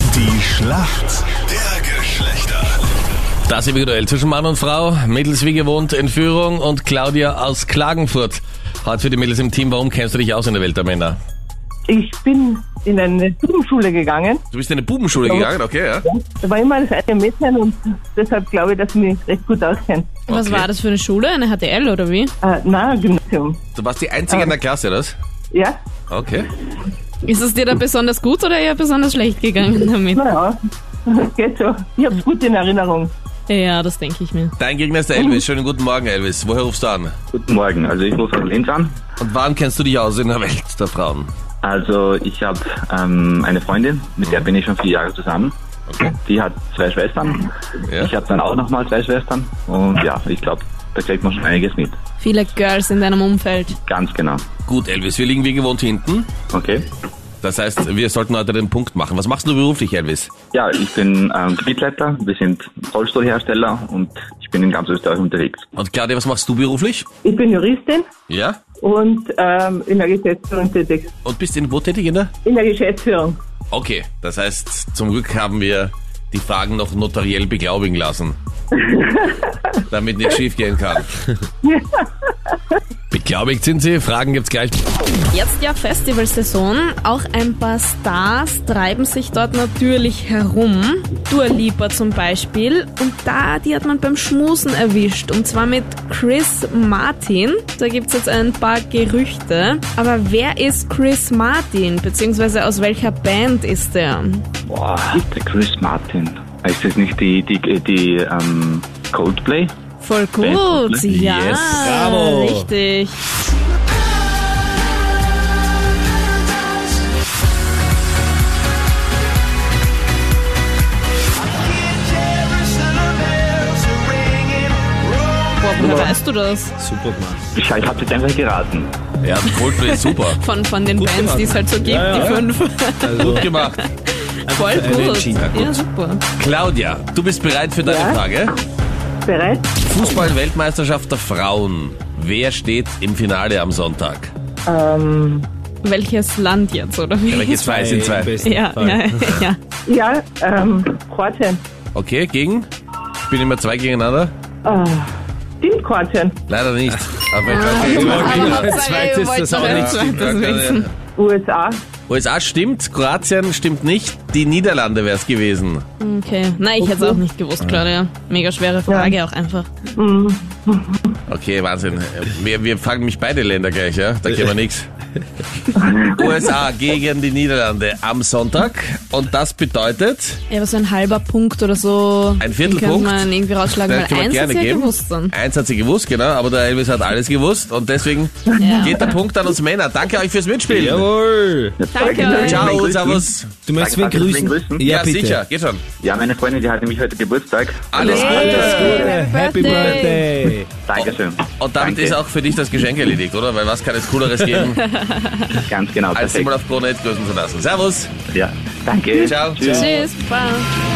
Die Schlacht der Geschlechter. Das individuell zwischen Mann und Frau, Mädels wie gewohnt in Führung und Claudia aus Klagenfurt. Heute für die Mädels im Team, warum kennst du dich aus in der Welt der Männer? Ich bin in eine Jugendschule gegangen. Du bist in eine Bubenschule gegangen, okay, ja? Da war immer das eine Mädchen und deshalb glaube ich, dass ich mich recht gut auskenne. Was Okay. war das für eine Schule? Eine HTL oder wie? Äh, na, Gymnasium. Du warst die Einzige in der Klasse, das? Ja, Okay. Ist es dir da besonders gut oder eher besonders schlecht gegangen damit? naja, genau. geht so. Ich habe es gut in Erinnerung. Ja, das denke ich mir. Dein Gegner ist der Mhm. Elvis. Schönen guten Morgen, Elvis. Woher rufst du an? Guten Morgen, also ich rufe aus Linz an. Und wann kennst du dich aus in der Welt der Frauen? Also ich habe ähm, eine Freundin, mit der bin ich schon vier Jahre zusammen. Die hat zwei Schwestern. Ja. Ich habe dann auch nochmal zwei Schwestern. Und ja, ich glaube, da kriegt man schon einiges mit. Viele Girls in deinem Umfeld. Ganz genau. Gut, Elvis, wir liegen wie gewohnt hinten. Okay. Das heißt, wir sollten heute den Punkt machen. Was machst du beruflich, Elvis? Ja, ich bin ähm, Gebietsleiter, wir sind Rollstuhlhersteller und ich bin in ganz Österreich unterwegs. Und Claudia, was machst du beruflich? Ich bin Juristin Ja? und ähm, in der Geschäftsführung tätig. Und bist in wo tätig, in der? In der Geschäftsführung. Okay, das heißt, zum Glück haben wir die Fragen noch notariell beglaubigen lassen. damit nichts schiefgehen kann. Beglaubigt sind sie, Fragen gibt's gleich. Jetzt ja Festivalsaison. Auch ein paar Stars treiben sich dort natürlich herum. Dua Lipa zum Beispiel. Und da, die hat man beim Schmusen erwischt. Und zwar mit Chris Martin. Da gibt's jetzt ein paar Gerüchte. Aber wer ist Chris Martin? Beziehungsweise aus welcher Band ist der? Boah, der Chris Martin. Ist das nicht die, die, die ähm, Coldplay? Voll Band gut, Coldplay? ja. Yes, bravo. Richtig. Boah, woher weißt du das? Ich, ich habe jetzt einfach geraten. Ja, Coldplay ist super. Von, von den Bands, die es halt so gibt, die fünf. Gut gemacht. Voll gut. Ja, super. Claudia, du bist bereit für deine Ja. Frage? Bereit? Fußball-Weltmeisterschaft der Frauen. Wer steht im Finale am Sonntag? Ähm, Welches Land jetzt, oder wie? Ja, welches zwei sind zwei? ja, ja, ja. ja, ähm, Kroatien. Okay, gegen? Ich bin immer zwei gegeneinander. Stimmt Kroatien. Leider nicht. Aber ich weiß nicht. Aber Hauptsache, ihr wollt noch ein zweites wissen. USA. USA stimmt, Kroatien stimmt nicht, die Niederlande wäre es gewesen. Okay. Nein, ich hätte es auch nicht gewusst, Claudia. Mega schwere Frage auch einfach. Okay, Wahnsinn. Wir, wir fragen mich beide Länder gleich, ja? Da gehen wir nichts. USA gegen die Niederlande am Sonntag. Und das bedeutet, Ja, aber so ein halber Punkt oder so. Ein Viertelpunkt? Den könnte man irgendwie rausschlagen, das weil können wir eins gerne ist ja geben. gewusst dann. Eins hat sie gewusst, genau, aber der Elvis hat alles gewusst. Und deswegen Ja. geht der Punkt an uns Männer. Danke euch fürs Mitspielen. Jawohl. Danke euch. Ciao, Grüßen. servus. Du möchtest wen Danke, danke, grüßen? grüßen. Ja, sicher, geht schon. Ja, meine Freundin, die hat nämlich heute Geburtstag. Alles Gute. Happy Birthday. Dankeschön. Und damit Danke. ist auch für dich das Geschenk erledigt, oder? Weil was kann es Cooleres geben, Ganz genau, als sie perfekt. mal auf Krone grüßen zu lassen. Servus. Ja. Danke. Ciao. Tschüss. Tschüss, Baba.